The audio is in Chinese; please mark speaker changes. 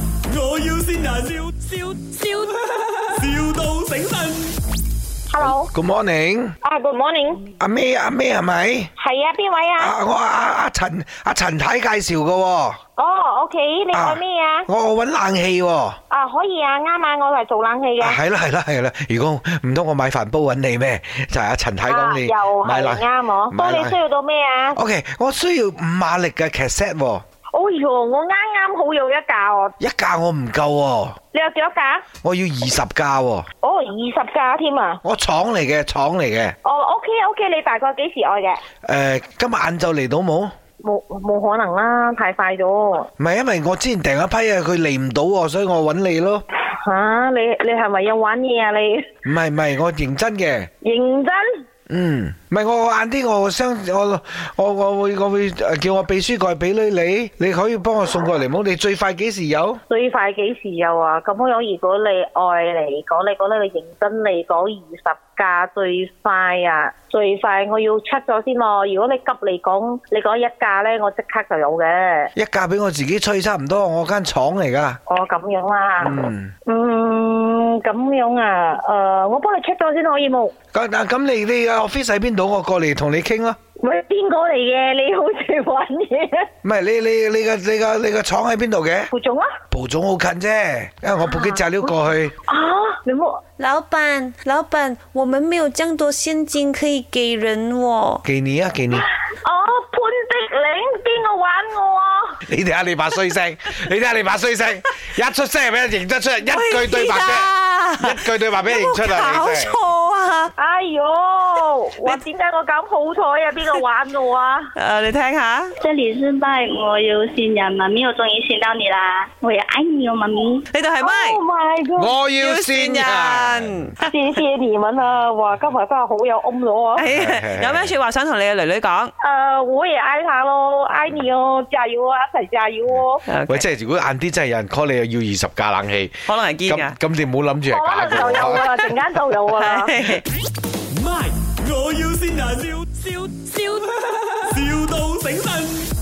Speaker 1: 要先人，笑笑笑，,笑到醒神。
Speaker 2: Hello，
Speaker 3: Good morning，
Speaker 2: 啊、g o o d morning，
Speaker 3: 阿 May 阿 May 係咪？
Speaker 2: 係啊，邊位啊？
Speaker 3: 啊我阿阿陳阿陳太介紹嘅喎，
Speaker 2: 哦、o k 你
Speaker 3: 啊
Speaker 2: 講咩啊？
Speaker 3: 我我揾冷氣喎，啊
Speaker 2: 啊，可以啊，啱啊，我係做冷氣嘅。
Speaker 3: 係啦係啦係啦，如果唔通我買飯煲揾你咩？就係阿陳太講
Speaker 2: 啊，
Speaker 3: 你
Speaker 2: 又
Speaker 3: 買
Speaker 2: 係
Speaker 3: 冷
Speaker 2: 啱我。
Speaker 3: 買
Speaker 2: 所以
Speaker 3: 冷
Speaker 2: 你需要到咩啊？
Speaker 3: OK，我需要五馬力嘅 cassette 喎，
Speaker 2: 哦哟，我啱啱好有一架哦。
Speaker 3: 一架我唔夠喎，
Speaker 2: 你有幾多架？
Speaker 3: 我要二十架喎，
Speaker 2: 哦，二十架添啊。
Speaker 3: 我廠嚟嘅廠嚟嘅，誒、呃
Speaker 2: 哦，OK OK，你大概幾時愛嘅？
Speaker 3: 今日晏晝嚟到冇？
Speaker 2: 冇冇可能啦，太快咗。
Speaker 3: 唔係因為我之前訂一批啊，佢嚟唔到喎，所以我揾你咯。
Speaker 2: 吓、你你係咪有玩嘢啊？你
Speaker 3: 唔係唔係，我認真嘅。
Speaker 2: 認真？
Speaker 3: 嗯，唔係我晏啲，我相我我我會我會呃叫我秘書過去俾你你，你可以幫我送過嚟冇？你最快幾時有？
Speaker 2: 最快幾時有啊？咁樣如果你愛嚟講，你講得你認真嚟講，二十架最快啊，最快我要 check 咗先咯。如果你急嚟講，你講一架呢，我即刻就有嘅。
Speaker 3: 一架俾我自己吹差唔多，我間廠嚟㗎。
Speaker 2: 哦，咁樣啦、
Speaker 3: 嗯，
Speaker 2: 嗯，咁樣啊，誒、我幫你 check 咗先可以冇？
Speaker 3: 咁嗱咁你你嘅 office 喺邊度？我過嚟同你傾啦。
Speaker 2: 喂，邊個嚟嘅？你好似玩嘢，
Speaker 3: 唔係你你你嘅你嘅你嘅廠喺邊度嘅？
Speaker 2: 副總啊？
Speaker 3: 部總好近啫，因為我部機炸料過去。
Speaker 2: 啊，你冇？
Speaker 4: 老板，老板，我们没有这样多现金可以给人哦。
Speaker 3: 忌你啊忌你！
Speaker 2: 哦，潘碧玲，邊個玩我啊？
Speaker 3: 你睇下你把衰 聲，你睇下你把衰聲，一出聲俾人認得出，一句對白啫，
Speaker 4: 啫
Speaker 3: 一句對白俾人認出
Speaker 4: 啊有
Speaker 3: 嚟。
Speaker 4: 冇搞
Speaker 3: 你真係
Speaker 4: 错啊！
Speaker 2: 哎呦，我點解我咁好彩啊？邊個玩我啊？
Speaker 4: 诶、你听下，
Speaker 5: 这里是拜我有新人，妈咪，我终于见到你啦！我也爱你哦，妈咪。
Speaker 4: 呢度系咪？
Speaker 2: Oh my god！
Speaker 3: 我哦要先人。
Speaker 2: 谢谢你们啊！哇，今日真系好有翁咗 啊！
Speaker 4: 哎呀有咩说話想同你嘅女女講？
Speaker 2: 诶、我也爱他咯，爱你哦，加油啊，一齐加油哦！
Speaker 3: 喂，
Speaker 4: OK，
Speaker 3: 即係如果晏啲真係有人 call 你又要二十架冷氣，
Speaker 4: 可能係
Speaker 3: 咁
Speaker 4: 堅㗎。
Speaker 3: 咁你唔好諗住係
Speaker 2: 可能就
Speaker 3: 假
Speaker 2: 有
Speaker 3: 嘅。
Speaker 2: 噶啦，陣間就有啊噶 啦。
Speaker 3: 啊
Speaker 1: 啊 My，我要先人，笑笑笑，,笑到醒神。